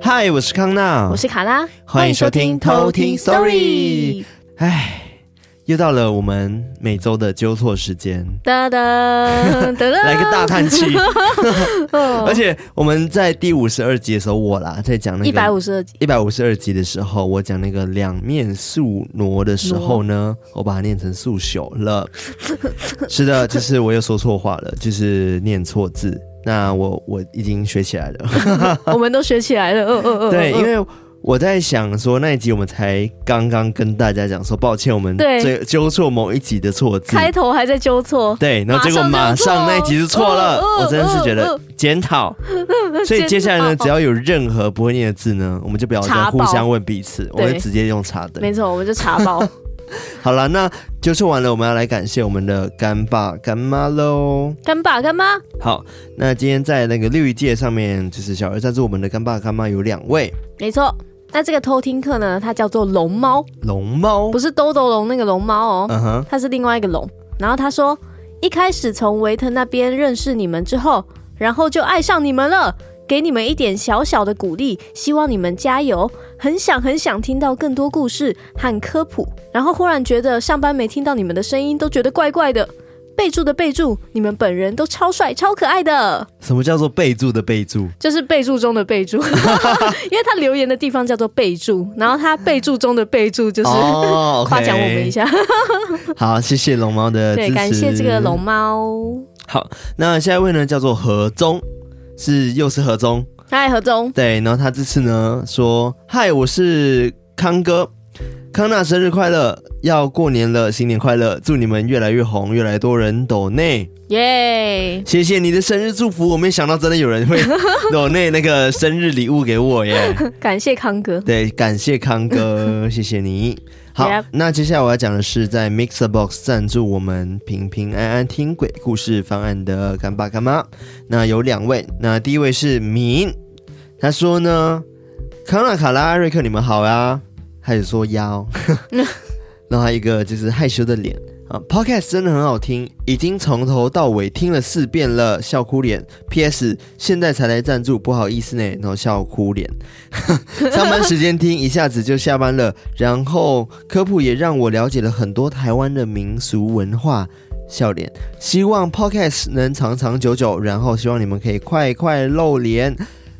嗨，我是康娜，我是卡拉，嗯欢迎收听偷听 Story。哎，又到了我们每周的纠错时间，哒哒哒哒，来个大叹 气。嗯而且我们在第五十二集的时候，我啦在讲那个一百五十二集，一百五十二集的时候，我讲那个两面宿挪的时候呢，我把它念成速朽了。 是的，就是我又说错话了，就是念错字。那我我已经学起来 了，我们都学起来了。嗯嗯嗯，对，嗯因为我在想说那一集我们才刚刚跟大家讲说，抱歉，我们对最纠错某一集的错字。开头还在纠 错，对，然后结果马马上就错上那一集就错了，哦哦我真的是觉得哦检 讨。所以接下来呢，检讨只要有任何不会念的字呢，我们就不要再查互爆相问彼此，我们对直接用查的。没错，我们就查 包。好了，那纠错完了，我们要来感谢我们的干爸干妈喽。干爸干妈，好，那今天在那个绿界上面，就是小儿赞助我们的干爸干妈有两位，没错。那这个偷听课呢，它叫做龙猫，龙猫不，是兜兜龙那个龙猫哦，嗯哼，它是另外一个龙。然后他说，一开始从维特那边认识你们之后，然后就爱上你们了，给你们一点小小的鼓励，希望你们加油。很想很想听到更多故事和科普，然后忽然觉得上班没听到你们的声音，都觉得怪怪的。备注的备注，你们本人都超帅、超可爱的，什么叫做备注的备注？就是备注中的备注，因为他留言的地方叫做备注，然后他备注中的备注就是 哦夸奖我们一下。下，好，谢谢龙猫的支对，持，感谢这个龙。猫，好，那下一位呢叫做何宗，是又是何宗，嗨何总，对，然后他这次呢说：“嗨，我是康哥，康纳生日快乐，要过年了，新年快乐，祝你们越来越红，越来越多人抖内，耶、谢谢你的生日祝福。我没想到真的有人会 抖内那个生日礼物给我耶，感谢康哥， 对，感谢康哥，谢谢你。”好 Yep 那接下来我要讲的是在 Mixer Box 赞助我们平平安安听鬼故事方案的干爸干妈。那有两位，那第一位是明，他说呢，康纳、卡拉、瑞克，你们好呀。开始说呀 哦，然后还有一个就是害羞的脸啊。Podcast 真的很好听，已经从头到尾听了四遍了，笑哭脸。P.S. 现在才来赞助，不好意思呢，然后笑哭脸。上班时间听，一下子就下班了。然后科普也让我了解了很多台湾的民俗文化。笑脸，希望 Podcast 能长长久久，然后希望你们可以快快露脸，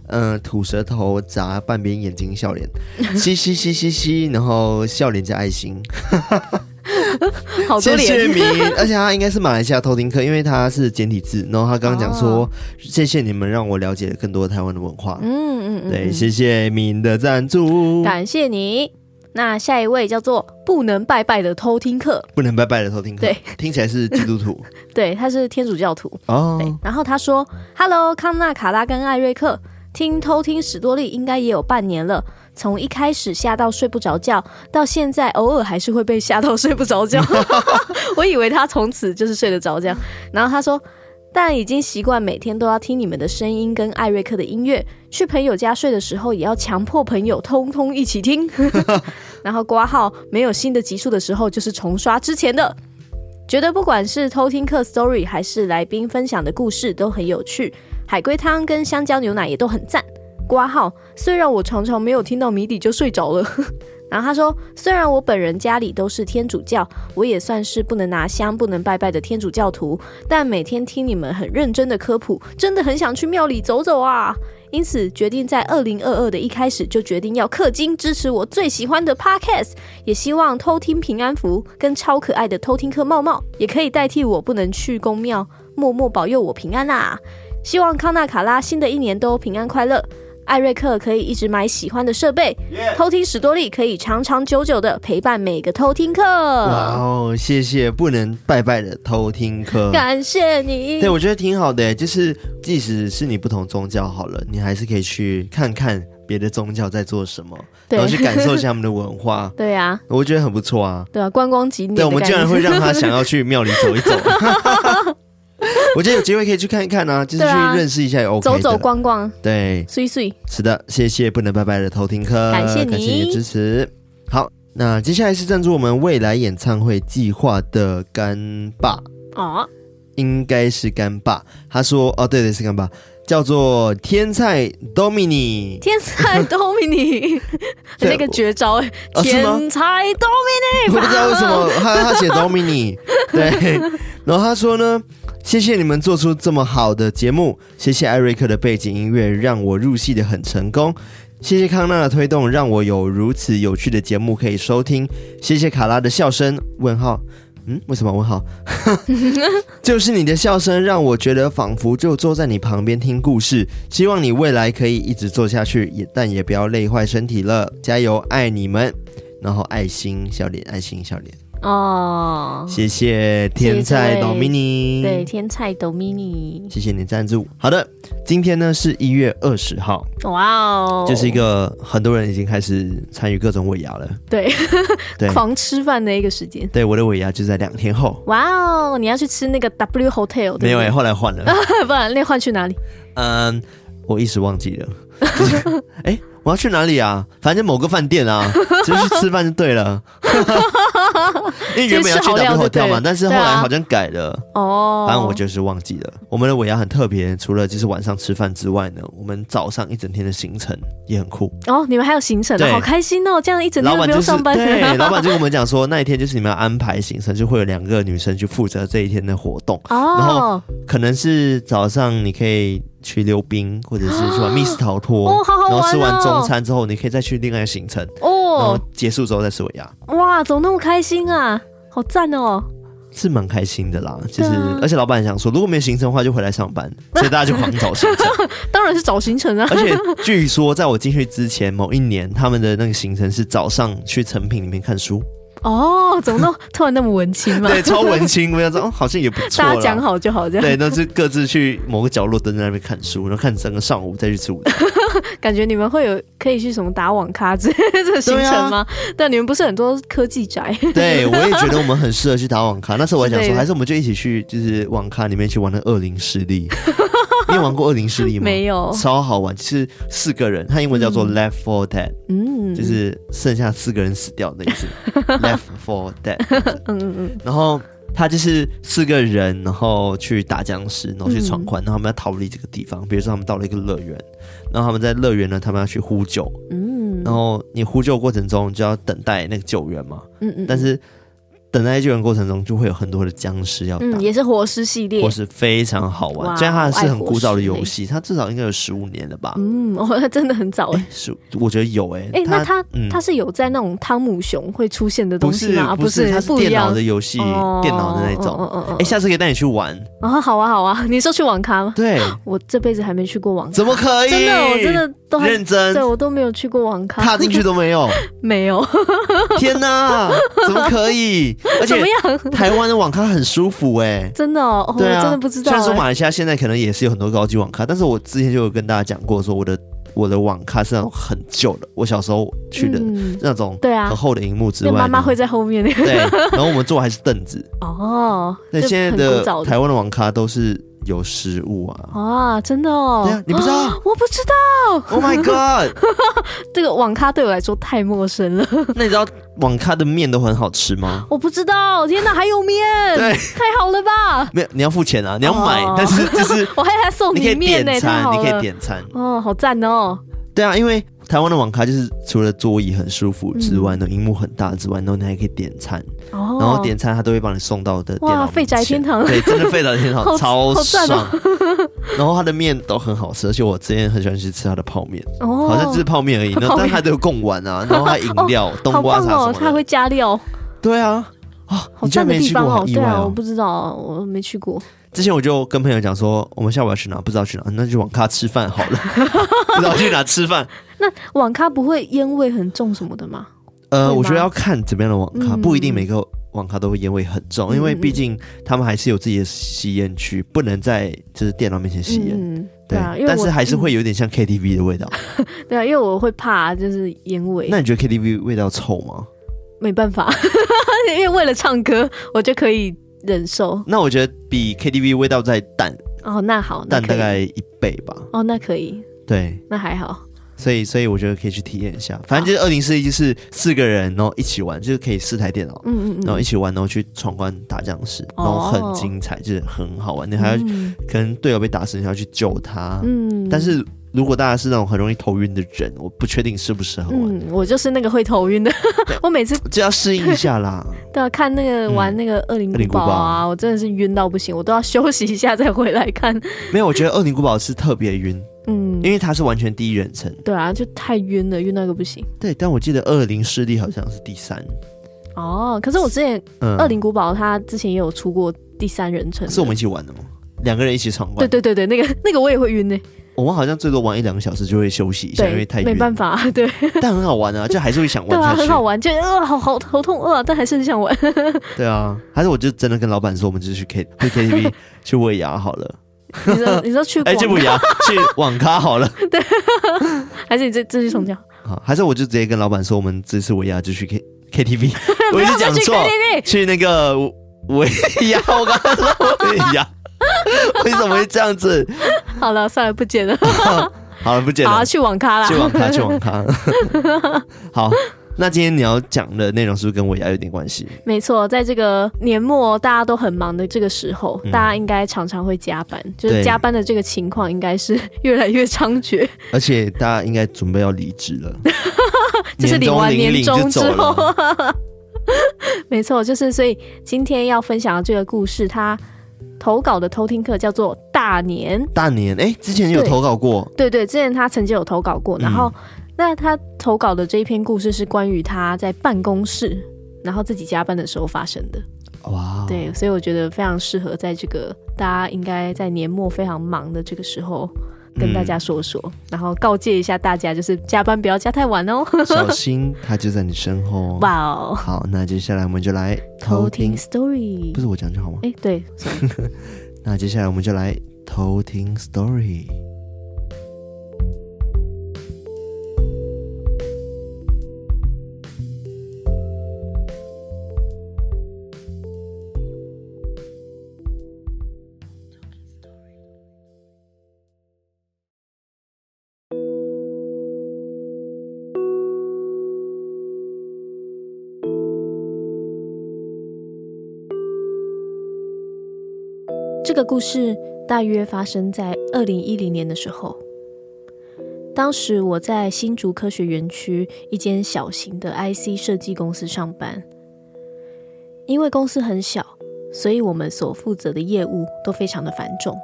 嗯、吐舌头，眨半边眼睛，笑脸。 嘻嘻嘻嘻嘻，然后笑脸加爱心，好多谢脸，谢你。而且他应该是马来西亚偷听客，因为他是简体字。然后他刚刚讲说，哦谢谢你们让我了解了更多台湾的文化。 嗯嗯嗯，对，嗯谢谢敏的赞助，感谢你。那下一位叫做不能拜拜的偷听客，不能拜拜的偷听客，对，听起来是基督 徒对，他是天主教徒，对。哦。然后他说：“Hello，康纳、卡拉跟艾瑞克，听偷听史多利应该也有半年了。从一开始吓到睡不着觉，到现在偶尔还是会被吓到睡不着觉。我以为他从此就是睡得着这样。然后他说，但已经习惯每天都要听你们的声音跟艾瑞克的音乐。去朋友家睡的时候，也要强迫朋友通通一起听。 然后挂号没有新的集数的时候，就是重刷之前的。觉得不管是偷听客 story 还是来宾分享的故事都很有趣，海龟汤跟香蕉牛奶也都很赞。挂号，虽然我常常没有听到谜底就睡着了。 然后他说，虽然我本人家里都是天主教，我也算是不能拿香、不能拜拜的天主教徒，但每天听你们很认真的科普，真的很想去庙里走走啊。因此决定在二零二二的一开始就决定要氪金支持我最喜欢的 podcast，也希望偷听平安符跟超可爱的偷听客茂茂也可以代替我不能去公庙，默默保佑我平安啦、啊希望康纳卡拉新的一年都平安快乐。艾瑞克可以一直买喜欢的设备偷听史多利可以长长久久的陪伴每个偷听哇客。哦，谢谢不能拜拜的偷听客。感谢你，对，，我觉得挺好的，欸就是即使是你不同宗教好了，你还是可以去看看别的宗教在做什么，然后去感受一下他们的文化 对啊，我觉得很不错啊。对啊，观光景点对，的我们概居然念会 让他想要去庙里走一走。我觉得有机会可以去看一看啊，就是对啊去认识一下也 OK 走的。走逛逛，对，碎碎。是的，谢谢不能拜拜的偷听客，感谢你感谢你的支持。好，那接下来是赞助我们未来演唱会计划的干爸哦，应该是干爸。他说哦，对对是干爸，叫做天菜 Domini。天才 Domini，对那个绝招哎，啊是吗天才 Domini，我不知道为什么他他写 Domini，对，然后他说呢，谢谢你们做出这么好的节目，谢谢艾瑞克的背景音乐让我入戏的很成功，谢谢康纳的推动让我有如此有趣的节目可以收听，谢谢卡拉的笑声，问号。嗯，为什么问号？ 就是你的笑声让我觉得仿佛就坐在你旁边听故事。希望你未来可以一直做下去，也但也不要累坏身体了。加油，爱你们！然后爱心笑脸，爱心笑脸，哦，谢谢天谢才谢董迷你，对，，天才 Domini，谢谢你的赞助。好的，今天呢是一月二十号，哇哦，就是一个很多人已经开始参与各种尾牙了。对对 狂吃饭的一个时间。对，我的尾牙就在两天后，哇哦，你要去吃那个 W Hotel 对不对没有 哎、后来换了， 不然那换去哪里？嗯，我一时忘记了， 哎、我要去哪里啊？反正某个饭店 啊，就是去吃饭就对了。 因为原本要去就是吃好料 W 就对 Hotel 嘛了，但是后对来啊好像改了。哦，反正我就是忘记了。我们的尾牙很特别，除了就是晚上吃饭之外呢，我们早上一整天的行程也很酷。哦，你们还有行程啊，对好开心哦！这样一整老天都板不就用是上班， 哦对，老板就跟我们讲说，那一天就是你们要安排行程，就会有两个女生去负责这一天的活动，后哦，可能是早上你可以。去溜冰，或者是去玩密室逃脱，哦好好玩哦然后吃完中餐之后，你可以再去另外一个行程，然后哦，结束之后再吃尾牙，哇，怎么那么开心啊？好赞哦！是蛮开心的啦。就是，对啊而且老板想说，如果没有行程的话，就回来上班，所以大家就狂找行程。当然是找 行程啊，而且据说，在我进去之前某一年，他们的那个行程是早上去成品里面看书，哦，怎么那么突然那么文青 嘛？呃对，超文青。我想说，哦， 好像也不错大啦。家讲好就好，这样对，那是各自去某个角落蹲在那边看书，然后看整个上午再去吃午餐。 感觉你们会有可以去什么打网咖之类的行程吗？啊但你们不是很多科技宅？对，我也觉得我们很适合去打网咖。那时候我还想 之说，类的还是我们就一起去，就是网咖里面去玩那个恶灵势 力。你有玩过恶灵势力吗？没有超好玩，就是四个人，它英文叫做 Left for Dead，、嗯，就是剩下四个人死掉的意 思。Left for Dead。嗯嗯嗯，然后他就是四个人，然后去打僵尸，然后去闯嗯关，然后他们要逃离这个地方。比如说他们到了一个乐园，然后他们在乐园呢，他们要去呼救，嗯然后你呼救过程中就要等待那个救援嘛。嗯嗯，但是等待救援过程中就会有很多的僵尸要打。嗯也是活尸系列或，是非常好玩，哇虽然它是很古早的爱游活戏，它至少应该有十五年了吧？嗯，我 真的很早哎哎、。十五我觉得有哎、哎、那它嗯它是有在那种汤姆熊会出现的东不西是吗？啊不是，它是不一电脑样的游戏，哦电脑的那种。哦哦哦哎，下次可以带你去玩，哦哦好啊好啊，你说去网咖吗？对，我这辈子还没去过网咖，怎么可以？真的我真的都还认真对我都没有去过网咖，踏进去都没 有，没有，天哪，怎么可 以？而怎且么样？ 台湾的网咖很舒服哎、真的哦，哦对啊，我真的不知道、虽然说哎马来西亚现在可能也是有很多高级网咖，但是我之前就有跟大家讲过，说我的我的网咖是那种很旧的，我小时候去的、嗯那种对啊很，厚的荧幕之那外呢，妈妈会在后面那个对，然后我们坐还是凳子。 哦，那就现在很古早的的台湾的网咖都是有食物啊。啊，真的哦对啊，，你不知道我不知道？Oh my god！ 这个网咖对我来说太陌生了，那你知道网咖的面都很好吃吗？我不知道，天哪，还有面，对，太好了吧？没有，你要付钱啊，你要买，嗯哦但是就是我还还送你可以面呢、点太餐，好你了。可以点餐。哦，好赞哦！对啊，因为台湾的网咖就是除了桌椅很舒服之外呢，荧、幕很大之外，然后你还可以点餐，哦，然后点餐他都会帮你送到的电脑哇面前废宅天堂对，真的废宅天堂， 好超好爽赞。啊然后他的面都很好吃，而且我之前很喜欢去吃他的泡面，哦，好像就是泡面而已。 然后泡面但他都有贡丸 啊，然后他饮料、冬好瓜棒茶哦，什它还么的。会加料，对啊，啊，好你居然赞的没地去方过，哦好！意对外啊，我哦。不知道，我没去过。之前我就跟朋友讲说，我们下午要去哪，不知道去哪，那就去网咖吃饭好 了，不知道去哪吃饭。网咖不会烟味很重什么的吗？呃，会吗我觉得要看怎么样的网咖，嗯不一定每个网咖都会烟味很重，因为嗯嗯毕竟他们还是有自己的吸烟区，不能在就是电脑面前吸烟。嗯，对，对啊，因为但我是还是会有点像 KTV 的味道。对啊，因为我会怕就是烟味，那你觉得 KTV 味道臭吗？没办法， 因为为了唱歌，我就可以忍受。那我觉得比 KTV 味道再淡哦，那好，那淡可大以。概一倍吧。哦，那可以，对，那还好。所以所以我觉得可以去体验一下。反正就是二零四一就是四个人，然后一起玩，就是可以四台电脑。嗯嗯然后嗯，一起玩，然后去闯关打僵尸，然后很精彩，就是很好玩。你还要嗯可能队友被打死，你还要去救他。嗯但是如果大家是那种很容易头晕的人，我不确定适不适合玩，嗯，我就是那个会 头晕的，我每次这要适应一下 啦。都要看那个嗯玩那个恶灵古堡啊，我真的是晕到不行，我都要 休息一下再回来看。没有，我觉得《恶灵古堡》是特别晕，嗯，因为它是完全第一人称。对啊，就太晕了，晕到一个不行。对，但我记得《恶灵势力》好像是第三，哦，可是我之前嗯， 《恶灵古堡》它之前也有出过第三人称的，是我们一起玩的吗？两个人一起闯对关，对对对，那个 那个我也会晕呢、我们好像最多玩一两个小时就会休息一下，因为对太，没晕，办法， 对 但很好玩啊，就还是会想 对玩啊，下很去。好玩，就呃好好头痛呃，但还是很 想玩。对啊，还是我就真的跟老板说，我们就去 K 去 KTV 去喂牙好了，你说你说去哎，广去不牙 去网咖好了。还是你这这去重讲？好，还是我就直接跟老板说，我们这次尾牙就去 K KTV，我一直再讲去错， KTV，去那个尾牙， 我刚才说尾 牙，为什么会这样子？好了，算了，不剪了，好了，不简 好、单，去网咖啦去。网咖，去网 咖。好，那今天你要讲的内容是不是跟尾牙有点关系？没错，在这个年末大家都很忙的这个时候，嗯大家应该常常会加班，就是对加班的这个情况应该是 越来越猖獗。而且大家应该准备要离职 了，就是领完年年终领领终就之走后 了。，没错，就是所以今天要分享的这个故事，它投稿的偷听课叫做《大年》。 大年哎、之前有对投稿过，对对，之前他曾经有投稿过，然后、嗯那他投稿的这一篇故事是关于他在办公室，然后自己加班的时候发生的。哦哇，对，所以我觉得非常适合在这个大家应该在年末非常忙的这个时候。跟大家说嗯说，然后告诫一下大家，就是加班不要加太晚 哦。小心他就在你身后。哇哦，好，那接下来我们就来 偷听，story，不是我讲就好吗？哎、对，那接下来我们就来偷听 story。这个故事大约发生在二零一零年的时候。当时我在新竹科学园区一间小型的 IC 设计公司上班，因为公司很小，所以我们所负责的业务都非常的繁重。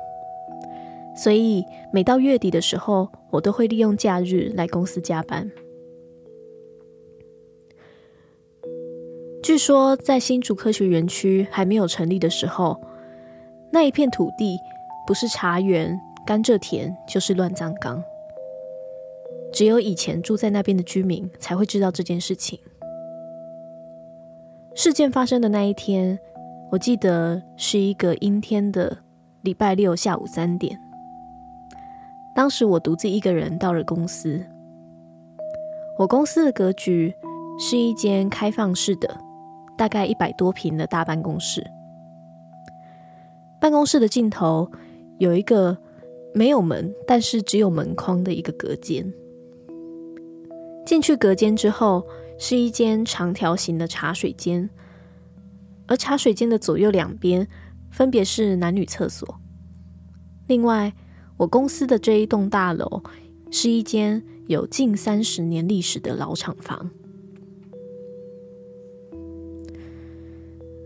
所以每到月底的时候，我都会利用假日来公司加班。据说在新竹科学园区还没有成立的时候，那一片土地不是茶园、甘蔗田，就是乱葬岗。只有以前住在那边的居民才会知道这件事情。事件发生的那一天，我记得是一个阴天的礼拜六下午三点。当时我独自一个人到了公司。我公司的格局是一间开放式的，大概一百多平的大办公室。办公室的尽头有一个没有门，但是只有门框的一个隔间。进去隔间之后，是一间长条形的茶水间，而茶水间的左右两边分别是男女厕所。另外，我公司的这一栋大楼是一间有近三十年历史的老厂房。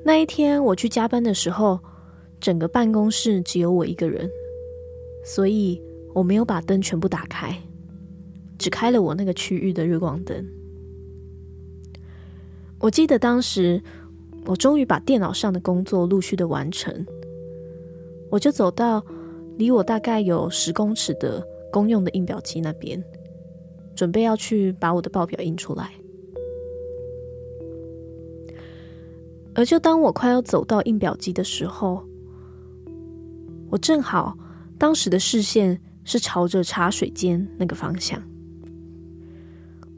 那一天我去加班的时候，整个办公室只有我一个人，所以我没有把灯全部打开，只开了我那个区域的日光灯。我记得当时，我终于把电脑上的工作陆续的完成，我就走到离我大概有十公尺的公用的印表机那边，准备要去把我的报表印出来。而就当我快要走到印表机的时候，我正好当时的视线是朝着茶水间那个方向，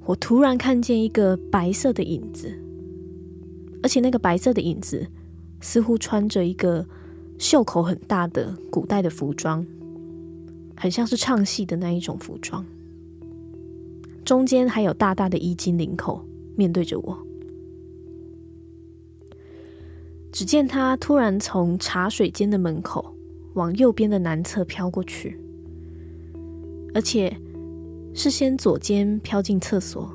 我突然看见一个白色的影子，而且那个白色的影子似乎穿着一个袖口很大的古代的服装，很像是唱戏的那一种服装。中间还有大大的衣襟领口，面对着我。只见他突然从茶水间的门口往右边的南侧飘过去，而且是先左肩飘进厕所，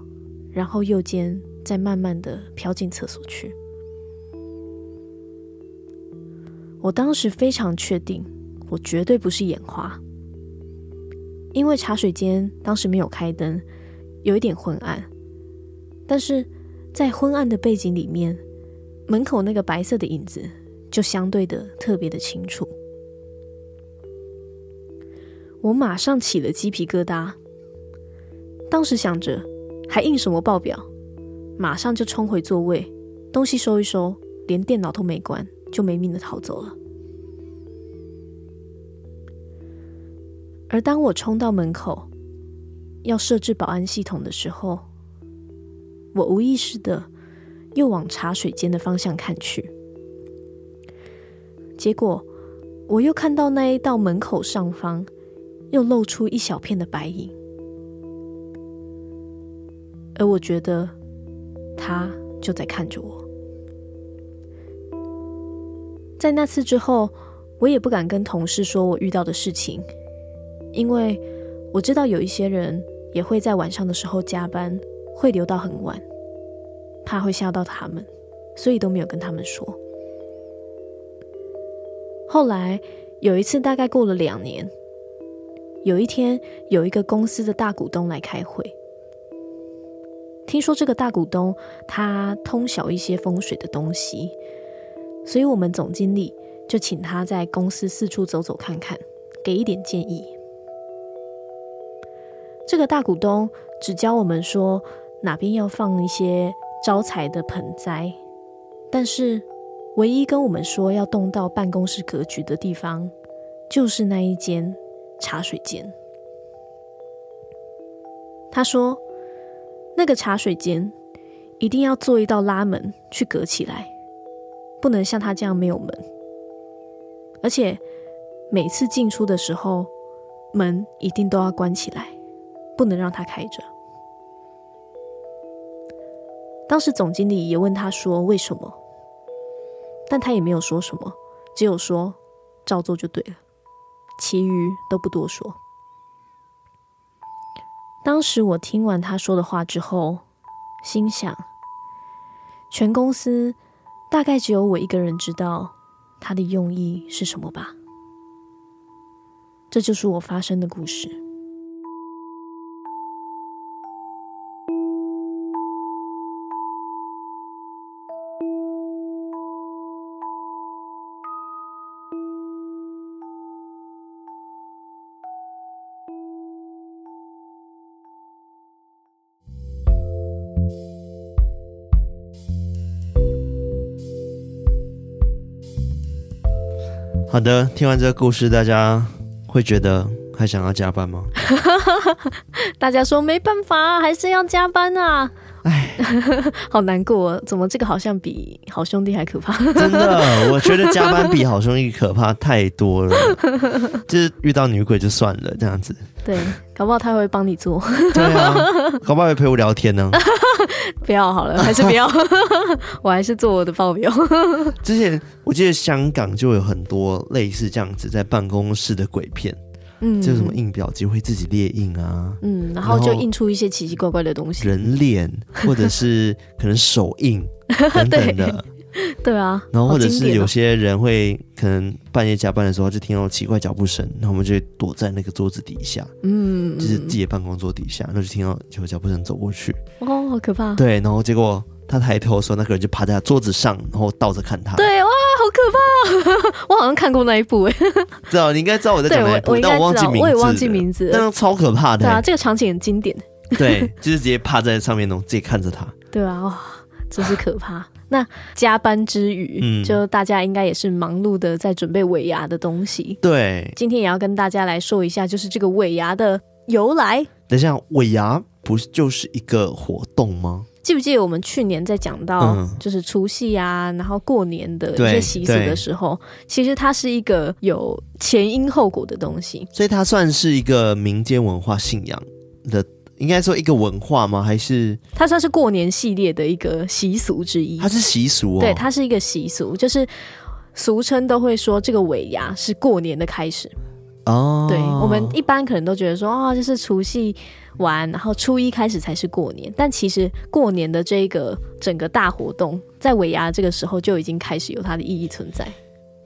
然后右肩再慢慢的飘进厕所去。我当时非常确定，我绝对不是眼花，因为茶水间当时没有开灯，有一点昏暗，但是在昏暗的背景里面，门口那个白色的影子就相对的特别的清楚。我马上起了鸡皮疙瘩，当时想着还印什么报表，马上就冲回座位，东西收一收，连电脑都没关。就没命的逃走了。而当我冲到门口要设置保安系统的时候，我无意识的又往茶水间的方向看去，结果我又看到那一道门口上方又露出一小片的白影，而我觉得他就在看着我。在那次之后，我也不敢跟同事说我遇到的事情，因为我知道有一些人也会在晚上的时候加班，会留到很晚，怕会吓到他们，所以都没有跟他们说。后来有一次，大概过了两年，有一天有一个公司的大股东来开会，听说这个大股东他通晓一些风水的东西。所以，我们总经理就请他在公司四处走走看看，给一点建议。这个大股东只教我们说哪边要放一些招财的盆栽，但是唯一跟我们说要动到办公室格局的地方，就是那一间茶水间。他说，那个茶水间一定要做一道拉门去隔起来。不能像他这样没有门，而且每次进出的时候，门一定都要关起来，不能让它开着。当时总经理也问他说为什么，但他也没有说什么，只有说照做就对了，其余都不多说。当时我听完他说的话之后，心想，全公司。大概只有我一个人知道他的用意是什么吧。这就是我发生的故事。 好的，听完这个故事，大家会觉得还想要加班 吗？大家说没办法、啊，还是要加班啊！哎，好难过、哦，怎么这个好像比 好兄弟还可怕？真的，我觉得加班比好兄弟可怕太多 了。就是遇到女鬼就算了，这样子。对，搞不好他会帮你做，对啊，搞不好会陪我聊天呢、 不要好了，还是不 要，我还是做我的报表。之前我记得香港就有很多类似这样子在办公室的鬼片，嗯，就是什么？印表机会自己列印啊，嗯，然后就然后印出一些奇奇怪怪的东西。人脸或者是可能手 印等等的。对啊，然后或者好经是典哦有些人会可能半夜加班的时候就听到奇怪脚步声，然后我们就会躲在那个桌子底下，嗯，就是自己的办公桌底下，然后就听到有脚步声走过去。哦，好可怕。对，啊然后结果他抬头的时候，那个人就趴在他桌子上，然后倒着看他。，对，哇，好可怕、 我好像看过那一部哎、知道你应该知道 我在讲对哪我一部，应但该忘知记道，名字，我也忘记，名字了。但超可怕对啊，的。这个场景很经典， 对，就是直接趴在上面，然后直接看着他。对啊，哇，真是可 怕。那加班之余，嗯就大家应该也是忙碌的在准备尾牙的东西。对，今天也要跟大家来说一下，就是这个尾牙的由来。等一下，尾牙不是就是一个活动吗？记不记得我们去年在讲到嗯就是除夕啊，然后过年的一对些习俗的时候，其实它是一个有前因后果的东西。所以它算是一个民间文化信仰的应该说一个文化吗？还是它算是过年系列的一个习俗之一它。是习俗哦？对，它是一个习俗，就是俗称都会说这个尾牙是过年的开始。哦，对我们一般可能都觉得说，哦，就是除夕完，然后初一开始才是过年。但其实过年的这个整个大活动，在尾牙这个时候就已经开始有它的意义存在。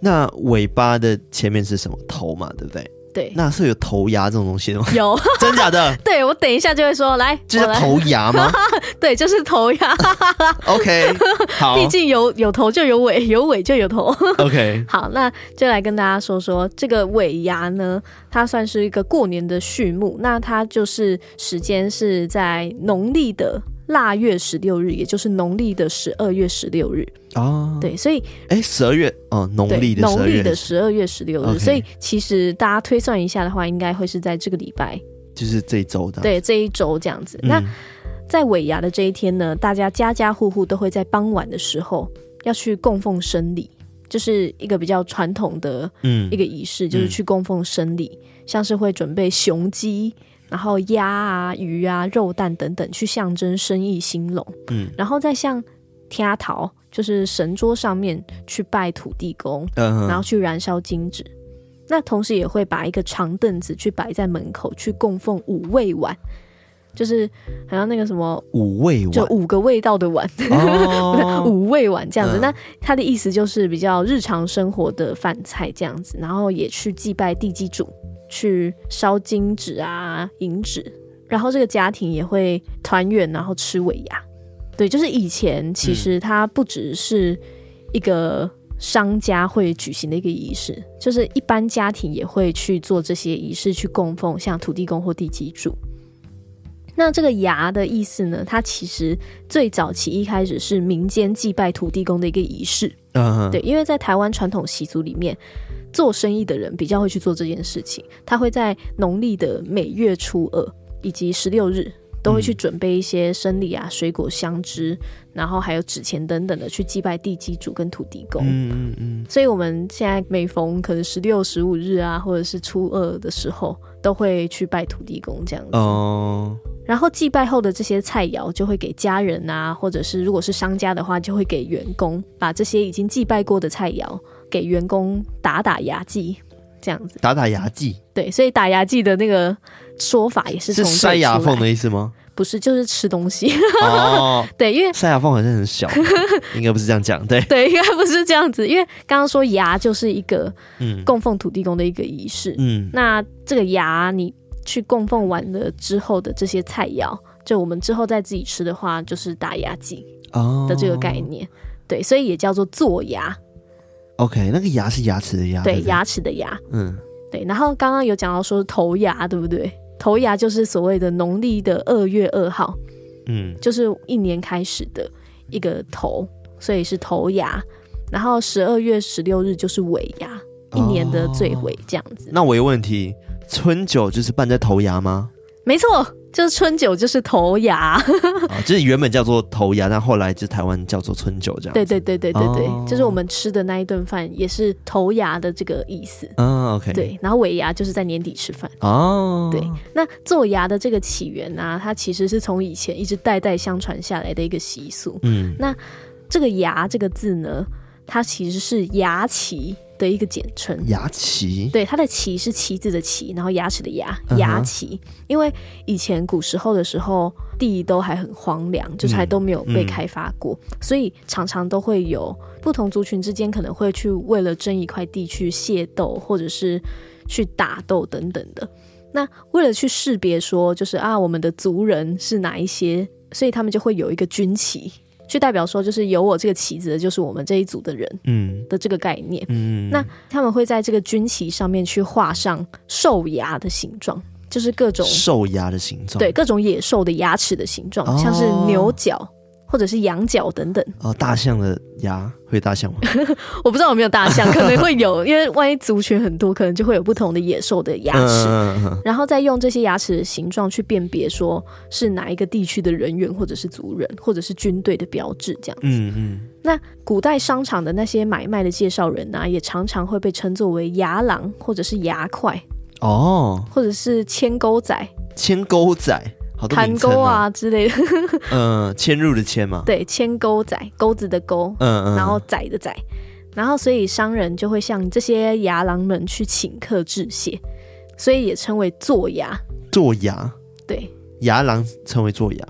那尾巴的前面是什么？头嘛，对不对？对，那是有头牙这种东西的吗？ 有，真假的？对我等一下就会说，来，这我叫来，头牙吗对，就是头 呀， ？OK，好毕竟有有头就有尾，有尾就有头。 ，OK，好，那就来跟大家说说这个尾牙呢，它算是一个过年的序幕。那它就是时间是在农历的腊月十六日，也就是农历的十二月十六日。哦，对，所以哎，十二月哦，农对历的十嗯农二历月的十二月十六日 OK 所以其实大家推算一下的话，应该会是在这个礼拜，就是这一周的。，对这一周这样子。那嗯，在尾牙的这一天呢，大家家家户户都会在傍晚的时候要去供奉生礼，就是一个比较传统的嗯一个仪式，就是去供奉生礼，像是会准备雄鸡。然后鸭啊、鱼啊、肉蛋等等，去象征生意兴隆。嗯然后再向天桃，就是神桌上面去拜土地公，嗯哼，然后去燃烧金纸。那同时也会把一个长凳子去摆在门口，去供奉五味碗，就是好像那个什么，五味就丸五 个味道的碗，哦五味碗这样子。嗯那它的意思就是比较日常生活的饭菜这样子，然后也去祭拜地基主，去烧金纸啊、银纸，然后这个家庭也会团圆，然后吃尾牙。嗯对，就是以前其实它不只是一个商家会举行的一个仪式，就是一般家庭也会去做这些仪式去供奉，像土地公或地基主。那这个牙的意思呢？它其实最早期一开始是民间祭拜土地公的一个仪式，嗯哼，对，因为在台湾传统习俗里面，做生意的人比较会去做这件事情，他会在农历的每月初二以及十六日都会去嗯准备一些生理啊、水果、香枝，然后还有纸钱等等的去祭拜地基主跟土地公。嗯嗯嗯，所以我们现在每逢可能十六、十五日啊，或者是初二的时候，都会去拜土地公这样子。哦，然后祭拜后的这些菜肴就会给家人啊，或者是如果是商家的话，就会给员工把这些已经祭拜过的菜肴给员工打打牙祭，这样子。打打牙祭对，所以打牙祭的那个说法也是是从这里塞牙出来缝的，意思 吗？不是就是吃东西。 哦，对，因为塞牙缝好像很 小，应该不是这样讲。对，对，应该不是这样子，因为刚刚说牙就是一个嗯供奉土地公的一个仪式。嗯，那这个牙你去供奉完了之后的这些菜肴，就我们之后再自己吃的话，就是打牙祭。哦的这个概念。对，所以也叫做做牙， OK，那个牙是牙齿的牙，啊对，不牙齿的牙。嗯对，然后刚刚有讲到说头牙，对不对？头牙就是所谓的农历的二月二号，嗯就是一年开始的一个头，所以是头牙。然后十二月十六日就是尾牙，一年的最尾这样子。那我有问题，春酒就是办在头牙 吗？没错，就是春酒就是头牙。 啊，就是原本叫做头牙，但后来就台湾叫做春酒这样。对对对对对对，哦就是我们吃的那一顿饭也是头牙的这个意思。嗯，OK，，对，然后尾牙就是在年底吃饭。哦，对，那做牙的这个起源啊，它其实是从以前一直代代相传下来的一个习俗。嗯这个“牙”这个字呢，它其实是牙旗的一个简称。牙旗，对，它的“旗”是旗子的“旗”，然后牙齿的“牙”，嗯哼牙旗。因为以前古时候的时候，地都还很荒凉，就是嗯还都没有被开发过，所以常常都会有不同族群之间可能会去为了争一块地去械斗，或者是去打斗等等的。那为了去识别说，就是啊，我们的族人是哪一些，所以他们就会有一个军旗，去代表说，就是有我这个旗子的，就是我们这一组的人嗯的这个概念。嗯，那他们会在这个军旗上面去画上兽牙的形状，就是各种兽牙的形状，对，各种野兽的牙齿的形状，哦像是牛角或者是羊角等等。哦，大象的牙会有大象吗？我不知道有没有大象，可能会 有，因为万一族群很多，可能就会有不同的野兽 的牙齿。嗯嗯嗯嗯然后再用这些牙齿的形状去辨别，说是哪一个地区的人员，或者是族人，或者是军队的标志，这样。嗯嗯，那古代商场的那些买卖的介绍人呢、也常常会被称作为牙郎，或者是牙块，哦，或者是牵钩仔，牵钩仔，好多弹名称钩哦，啊之类的，嗯、迁入的迁嘛，对，牵钩仔，钩子的钩，嗯嗯，然后仔的仔，然后所以商人就会向这些牙狼人去请客致谢，所以也称为做牙。做牙，对，牙狼称为做牙，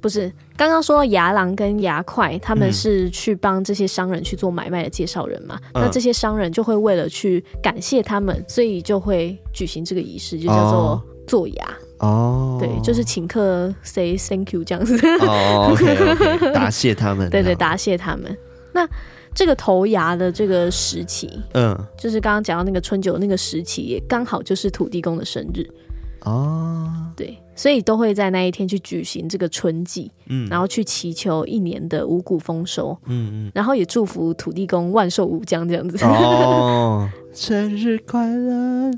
不是刚刚说到牙狼跟牙块，他们嗯是去帮这些商人去做买卖的介绍人嘛？嗯那这些商人就会为了去感谢他们，所以就会举行这个仪式，就叫做哦做牙。哦，对，就是请客 say thank you 这样子。哦，OK OK，答谢他们，对对，答，答谢他们。那这个头牙的这个时期，嗯，就是刚刚讲到那个春酒那个时期，也刚好就是土地公的生日，哦，对，所以都会在那一天去举行这个春祭，嗯然后去祈求一年的五谷丰收，嗯嗯，然后也祝福土地公万寿无疆这样 子。哦，生日快乐，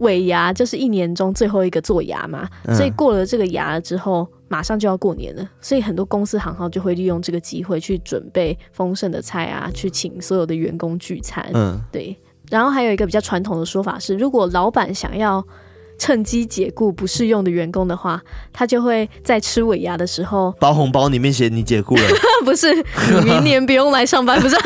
尾牙就是一年中最后一个做牙嘛，嗯所以过了这个牙了之后，马上就要过年了，所以很多公司行号就会利用这个机会去准备丰盛的菜啊，去请所有的员工聚餐。嗯，对，然后还有一个比较传统的说法是，如果老板想要趁机解雇不适用的员工的话，他就会在吃尾牙的时候， 包红包里面写你解雇了，不是你明年不用来上班，不是、啊、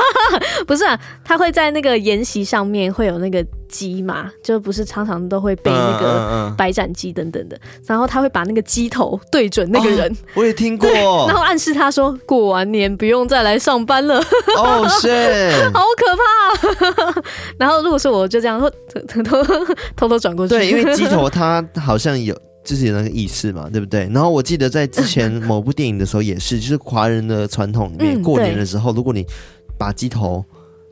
不是、啊，他会在那个筵席上面会有那个鸡嘛，就不是常常都会被那个嗯嗯嗯白斩鸡等等的，然后他会把那个鸡头对准那个哦人，我也听过， 然后暗示他说过完年不用再来上班了。哦 shit，好可怕、 啊！然后如果是我，就这样 偷偷偷偷偷转过去。对，因 为鸡头它好像有。就是有那个意思嘛，对不对？然后我记得在之 前某部电影的时候也是，就是华人的传统里面，嗯过年对的时候，如果你把鸡头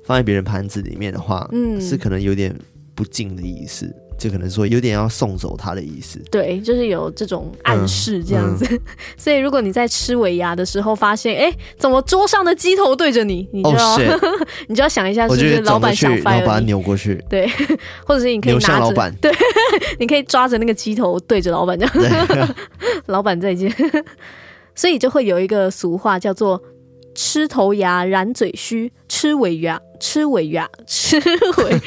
放在别人盘子里面的话，嗯是可能有点不敬的意思，就可能说有点要送走他的意思。对，就是有这种暗示这样子。嗯 所以如果你在吃尾牙的时候发现，哎，怎么桌上的鸡头对着你，你就哦要、 shit，你就要想一下是我不觉是得老走过板去想，然后把 fire 它你，扭过去，或者是你可以扭向拿老着， 板。你可以抓着那个鸡头对着老板这样，对，老板再见。 所以就会有一个俗话叫做。吃头牙染嘴须，吃尾牙吃尾牙吃尾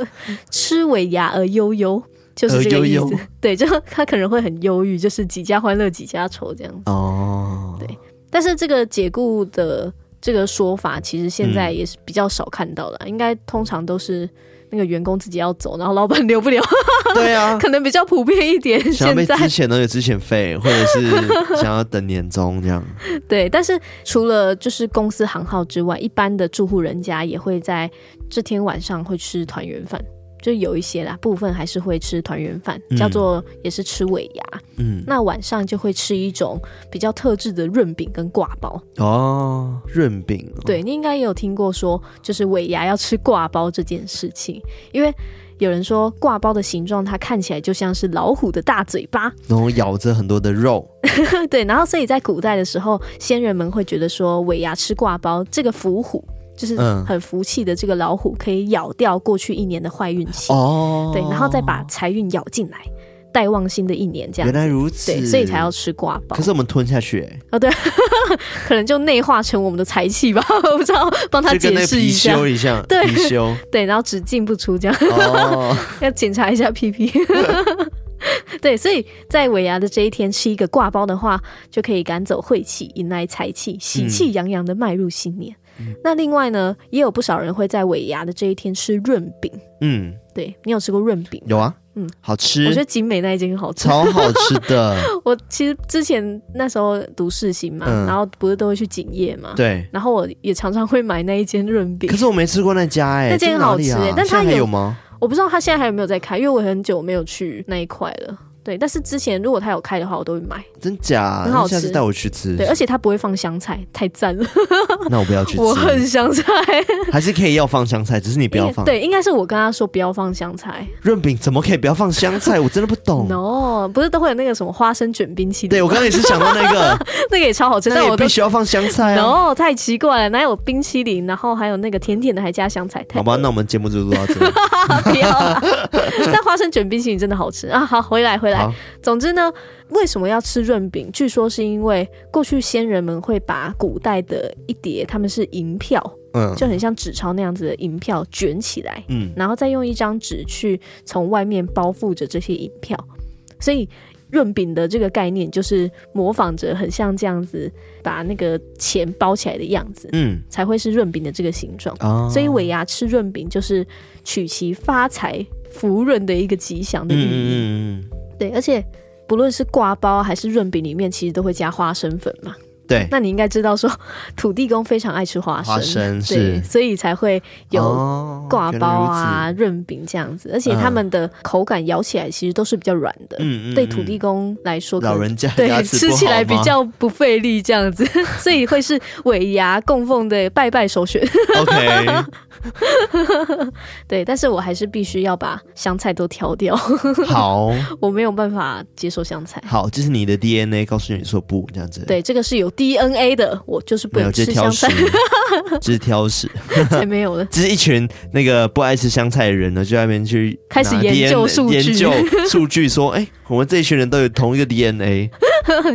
吃尾牙而悠悠，就是这个意思。而悠悠对，就他可能会很忧郁，就是几家欢乐几家愁这样子。哦，对但是这个解雇的这个说法，其实现嗯在也是比较少看到了，应该通常都是那个员工自己要走，然后老板留不了， 对啊，可能比较普遍一点。想要 现被在之前的有之前费，或者是想要等年终这样。对，但是除了就是公司行号之外，一般的住户人家也会在这天晚上会吃团圆饭，就有一些啦，部分还是会吃团圆饭，嗯叫做也是吃尾牙。嗯，那晚上就会吃一种比较特制的润饼跟挂包。哦，润饼哦，对你应该也有听过说，就是尾牙要吃挂包这件事情，因为有人说挂包的形状它看起来就像是老虎的大嘴巴，然后咬着很多的肉，对，然后所以在古代的时候，先人们会觉得说尾牙吃挂包这个伏虎。就是嗯很福气的这个老虎，可以咬掉过去一年的坏运气，哦，对，然后再把财运咬进来，带旺新的一年这样原子，来如此，对，所以才要。吃挂包哦可，是我们吞下去、欸， 可能就内化成我们的财气吧， 我不知道，帮他就跟解那释貔一下，貅一样，对貔貅对，然后只进不出这样。哦，要检查一下屁屁。对，所以在尾牙的这一天吃一个挂包的话，就可以赶走晦气，迎来财气，喜嗯气洋洋的迈入新年。那另外呢，也有不少人会在尾牙的这一天吃润饼。 嗯，对你有吃过润饼？有啊，嗯嗯，好我觉吃得，景美那一间很好吃。超好吃 的，我其实之前那时候读世新嘛，嗯然后不是都会去景业嘛，对。然后我也常常会买那一间润饼可。是我没吃过那家哎、欸，那间在哪好吃里啊欸但它现在还有有吗？我不知道他现在还有没有在开，因为我很久没有去那一块了。对，但是之前如果他有开的话，我都会买。真假？很好那下次吃带我去吃对，，而且它不会放香菜，太赞了！那我不要去 我恨吃，香菜， 还是可以要放香菜，只是你不要放。对，应该是我跟他说不要放香菜。润饼怎么可以不要放香 菜？我真的不懂。 no，不是都会有那个什么花生卷冰淇淋哦对，吗，我刚刚也是想到那个， 那个也超好吃，但那我也都必须要放香菜啊。 no 太奇怪了，哪有冰淇淋，然后还有那个甜甜的还加香菜，太好吧，那我们节目就录到这里。不要 啊但花生卷冰淇淋真的好吃啊！ 好，回来回来好。总之呢，为什么要吃润饼？据说是因为过去先人们会把古代的一叠他们是银票，嗯就很像纸钞那样子的银票卷起来，嗯，然后再用一张纸去从外面包覆着这些银票，所以润饼的这个概念，就是模仿着很像这样子把那个钱包起来的样子，嗯才会是润饼的这个形状。啊，所以尾牙吃润饼就是取其发财福润的一个吉祥的嗯寓嗯意。嗯嗯嗯，对，而且不论是挂包还是润饼，里面其实都会加花生粉嘛。对，嗯那你应该知道说，土地公非常爱吃花生，花生对，是哦所以才会有有挂包啊、，润饼这样子。而且他们的口感咬起来其实都是比较软的，原来如此嗯嗯嗯，对嗯土地公来说，可老能人家对牙齿吃不起好来比吗较不费力这样子， 所以会是尾牙供奉的拜拜首选。 OK，对，但是我还是必须要把香菜都挑掉， 好我没有办法接受香菜。好，这是你的 DNA 告诉你说不这样子，，对，这个是有 DNA 的，我就是不没有能就吃是香挑食 菜，，就是挑食， 才没有了。只是一群那个不爱吃香菜的人呢，就在那边去开始拿研究 DNA 数据研究数据说，哎、我们这一群人都有同一个 DNA，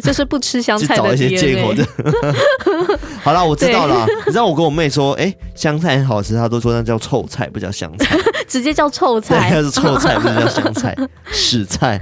就是不吃香去菜找的一些 DNA。借口的。 好啦，我知道啦。你知道我跟我妹说，哎、香菜很好吃，她都说那叫臭菜，不叫香菜。直接叫臭对，菜那，是臭 菜，不是叫香菜，屎菜，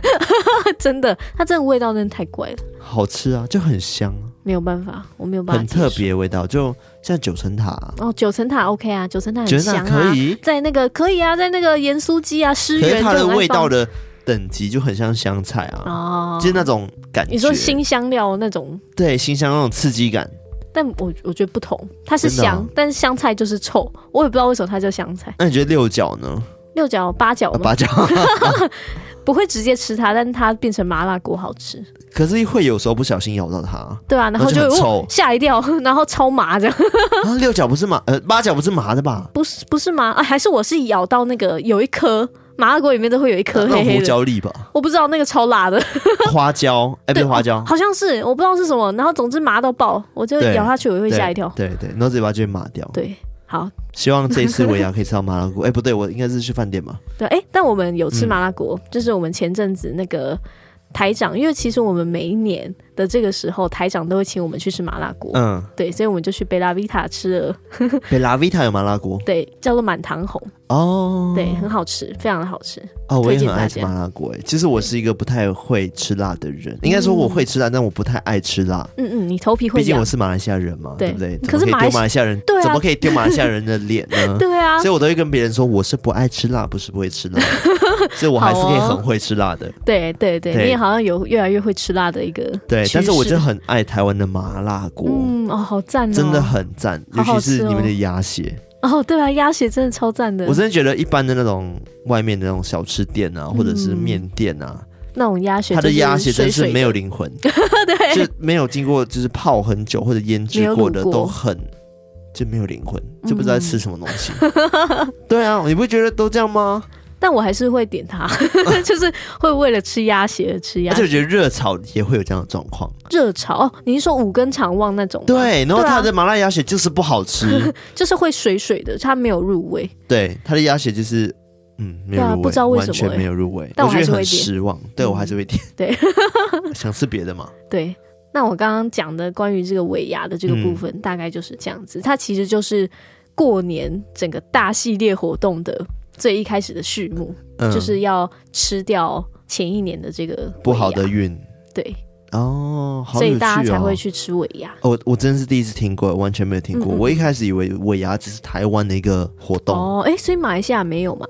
真的，它这个味道真的太怪了，好吃啊，就很香啊，没有办法，我没有办法很特接别的味道，就像九层塔、啊，受。哦，九层塔 OK 啊，九层塔觉很得那香可啊，以，在那个可以啊，在那个盐酥鸡啊、诗可是源它就的很爱味道放的等级就很像香菜啊，哦就是，那种感觉。你说新香料那种，对新香那种刺激感。但我我觉得不同，它是真的啊香，但是香菜就是臭，我也不知道为什么它叫香菜。那你觉得六角呢？六角八角啊嘛，八角， 不会直接吃它，但是它变成麻辣锅好吃，可是会有时候不小心咬到它。啊，对啊，然那后就很哦臭吓一跳， 然后超麻这样， 六角不是麻，呃，八角不是麻的吧？不是不是麻、啊，还是我是咬到那个有一颗麻辣锅里面都会有一颗那黑黑胡的。椒 粒吧，我不知道那个超辣的，花椒，哎，不是花椒，哦好像是我不知道是什么，然后总之麻到爆，我就对咬下去我会对吓一跳。对对，然后嘴巴就会麻 掉。对，好，希望这次尾牙可以吃到麻辣锅。哎，不对，我应该是去饭店吧？对，哎、但我们有吃麻辣锅，嗯就是我们前阵子那个台长，因为其实我们每一年的这个时候，台长都会请我们去吃麻辣锅，嗯，对，所以我们就去贝拉维塔吃了，北拉维塔有麻辣锅对，叫做满堂红，哦。对，很好吃，非常的好吃。哦，我也推荐很爱大吃家麻辣锅。哎，其实我是一个不太会吃辣的人，应该说我会吃辣，但我不太爱吃辣。嗯嗯，你头皮嗯会毕竟痒我，是马来西亚人嘛，对对不对？怎可么是可以马来丢西马来西亚人对啊？怎么可以丢马来西亚人的脸呢？ 对啊所，以我都会跟别人说我是不爱吃辣，不是不会 吃辣，所以我还是啊可以很会吃辣的。对对对，对你也好像有越来越会吃辣的一个对趋，但是我势就很爱台湾的麻辣锅，嗯哦，好赞哦，真的很赞，好好尤其吃是哦你们的鸭血，哦，对啊，鸭血真的超赞的，我真的觉得一般的那种外面的那种小吃店啊，或者是面店啊，那种鸭血它嗯就的水水的，鸭血真是没有灵魂， 对就没有经过就是泡很久或者腌没制有过卤的过嗯都很。就没有灵魂，就不知道在吃什么东 西。对啊，你不觉得都这样吗？但我还是会 点它，就是会为了吃鸭血而吃鸭而且我血。觉得热炒也会有这样的状况。热炒哦，你是说五根肠旺那种吗？对，然后对啊它的麻辣鸭血就是不好吃，就是会水水的，它没有入味。对，它的鸭血就是嗯没有对入啊味，不知道为什么完全欸没有入味，但我觉还是得会很点失望。对我嗯还是会点，对 想吃别的 嘛。对，那我刚刚讲的关于这个尾牙的这个部分，嗯大概就是这样子。它其实就是过年整个大系列活动的最一开始的序幕，嗯，就是要吃掉前一年的这个不好的尾牙运对，哦，好所有趣以哦大家才会去吃尾牙。哦，我我真是第一次听过，完全没有听过。嗯嗯嗯我一开始以为尾牙只是台湾的一个活动，哦，哎、所以马来西亚没有嘛？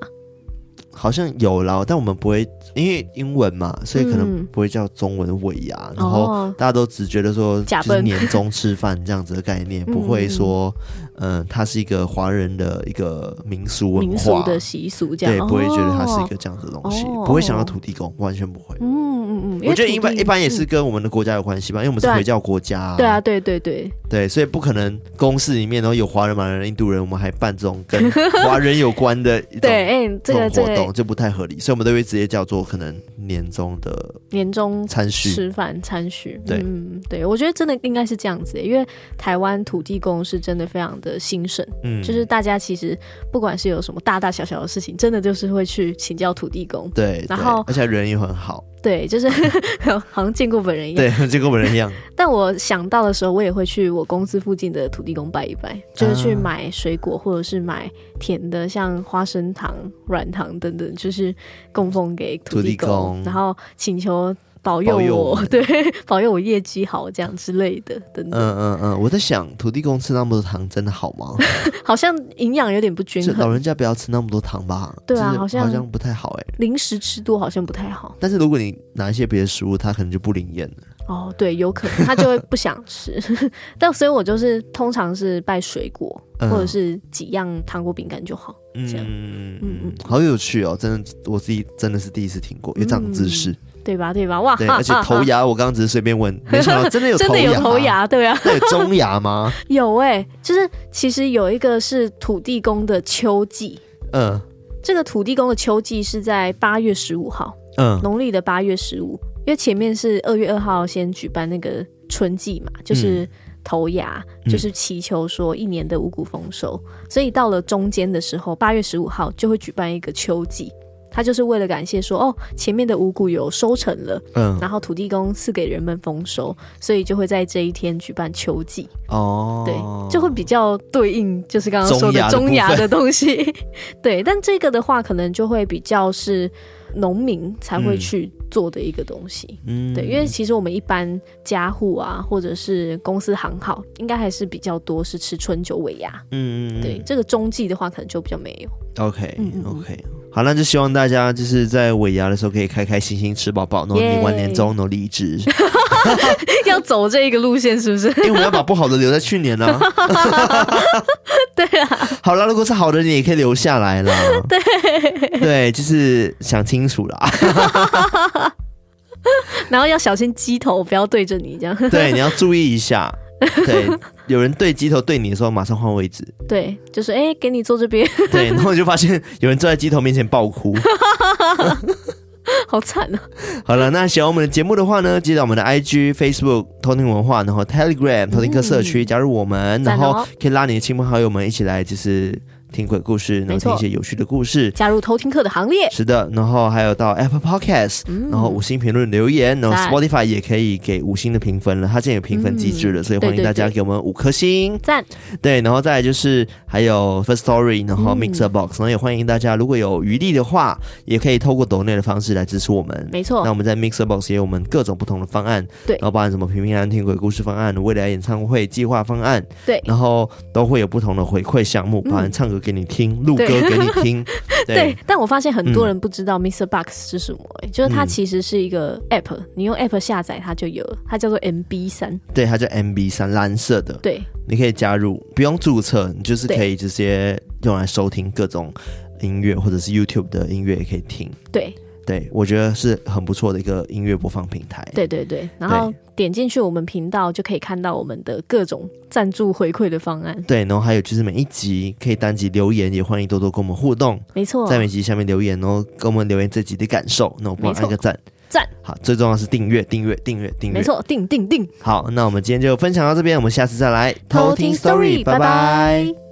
好像有啦，但我们不会，因为英文嘛，所以可能嗯不会叫中文尾牙，然后哦，大家都只觉得说假就是奔年终吃饭这样子的概念， 嗯不会说，嗯、它是一个华人的一个民俗文民俗化，的习俗这样，对，不会觉得它是一哦。个这样子的东西，哦不会想到土地公，完全不会。嗯嗯嗯，因为我觉得一土般地一般也嗯是跟我们的国家有关系吧，因为我们是对啊回教国家、啊对啊，对对对，对，所以不可能公司里面然后有华人、马来人、印度人，我们还办这种 跟华人有关的一对，种哎、这个这这种活个动就不太合理，所以我们都会直接叫做可能年终的年终餐序。吃饭餐序，对嗯，对，我觉得真的应该是这样子，因为台湾土地公是真的非常的兴盛，嗯，就是大家其实不管是有什么大大小小的事情，真的就是会去请教土地公，对，对然后而且人也很好，对，就是 好像见过本 人一样。对，就跟我们人一样。但我想到的时候，我也会去我公司附近的土地公拜一拜，就是去啊买水果或者是买甜的，像花生糖、软糖等等，就是供奉给土土地地公，公然后请求保佑保佑我我，对， 保佑我业绩好这样之类的，等等，嗯嗯嗯，我在想，土地公吃那么多糖真的好吗？好像营养有点不均就老衡，人家不要吃那么多糖吧？对啊真的好好像不太好哎、零食吃多好像不太好。但是如果你拿一些别的食物，它可能就不灵验了。哦，对，有可能他就会不想吃， 但所以我就是通常是拜水果嗯或者是几样糖果饼干就好。这样嗯嗯嗯好有趣哦！真的，我自己真的是第一次听过，有长知识。对吧？对吧？哇，对，啊而 且啊头啊牙，我刚刚只是随便问，没想到真的有 真头的有牙，头，牙，对啊， 那有中牙吗？有哎、就是其实有一个是土地公的秋季，嗯这个土地公的秋季是在八月十五号，嗯农历的八月十五，因为前面是二月二号先举办那个春季嘛，就是头牙，嗯就是祈求说一年的五谷丰收，所以到了中间的时候，八月十五号就会举办一个秋季。它就是为了感谢说，哦，前面的五谷有收成了，嗯， 然后土地公赐给人们丰收，所以就会在这一天举办秋季，哦，对，就会比较对应就是刚刚中说的亚的部分中亚的 东西，对。但这个的话，可能就会比较是农民才会嗯去做的一个东西，嗯对，因为其实我们一般家户啊，或者是公司行号，应该还是比较多是吃春酒尾牙，嗯嗯嗯对，这个中季的话，可能就比较没有。 OK 嗯嗯嗯 OK，好，那就希望大家就是在尾牙的时候可以开开心心吃饱饱，然后耶年完年终努力一直，要走这一个路线是不是？ 因为我们要把不好的留在去年啦。 对啊，好啦，如果是好的，你也可以留下来 啦。对对，就是想清楚 啦。然后要小心鸡头不要对着你这样。 对，你要注意一下。对，有人对鸡头对你的时候，马上换位置。对，就是哎、给你坐这边， 对，然后你就发现有人坐在鸡头面前爆哭。好惨啊！好了，那喜欢我们的节目的话呢，记得我们的 IG、Facebook、偷听文化，然后 Telegram 偷听客社区、加入我们，然赞哦后可以拉你的亲朋好友们一起来，就是听鬼故事，然后没错听一些有趣的故事。加入偷听课的行列，是的，然后还有到 Apple Podcast，、然后五星评论留言，然后嗯赞 Spotify 也可以给五星的评分了，它现在有评分机制了，所以欢迎嗯对对大家对给我们五颗星。赞，对，然后再来就是还有 First Story，然后嗯 Mixer Box，、然后也欢迎大家如果有余力的话，也可以透过抖内的方式来支持我们。没错那我们在 Mixer Box 也有我们各种不同的方案，哦对然后包含什么平平安安听鬼故事方案、未来演唱会计划方案，对然后都会有不同的回馈项目，嗯包含唱歌给你听、录歌对给你听，对。 对，但我发现很多人不知道 Mr. Box 是什么、欸，就是它其实是一个 app，、你用 app 下载它就有了，它叫做 MB 三，对它叫 MB 三蓝色的，对，你可以加入，不用注册，你就是对可以直接用来收听各种音乐，或者是 YouTube 的音乐也可以听。对，对，我觉得是很不错的一个音乐播放平台。对对对，然后点进去我们频道就可以看到我们的各种赞助回馈的方案，对然后还有就是每一集可以单集留言，也欢迎多多跟我们互动，没错，在每集下面留言，然后跟我们留言这集的感受，那我帮没我错按个赞。赞，好，最重要的是订阅，订阅，订阅，订阅没。错，定定定，好，那我们今天就分享到这边，我们下次再来偷听 story，拜拜拜拜。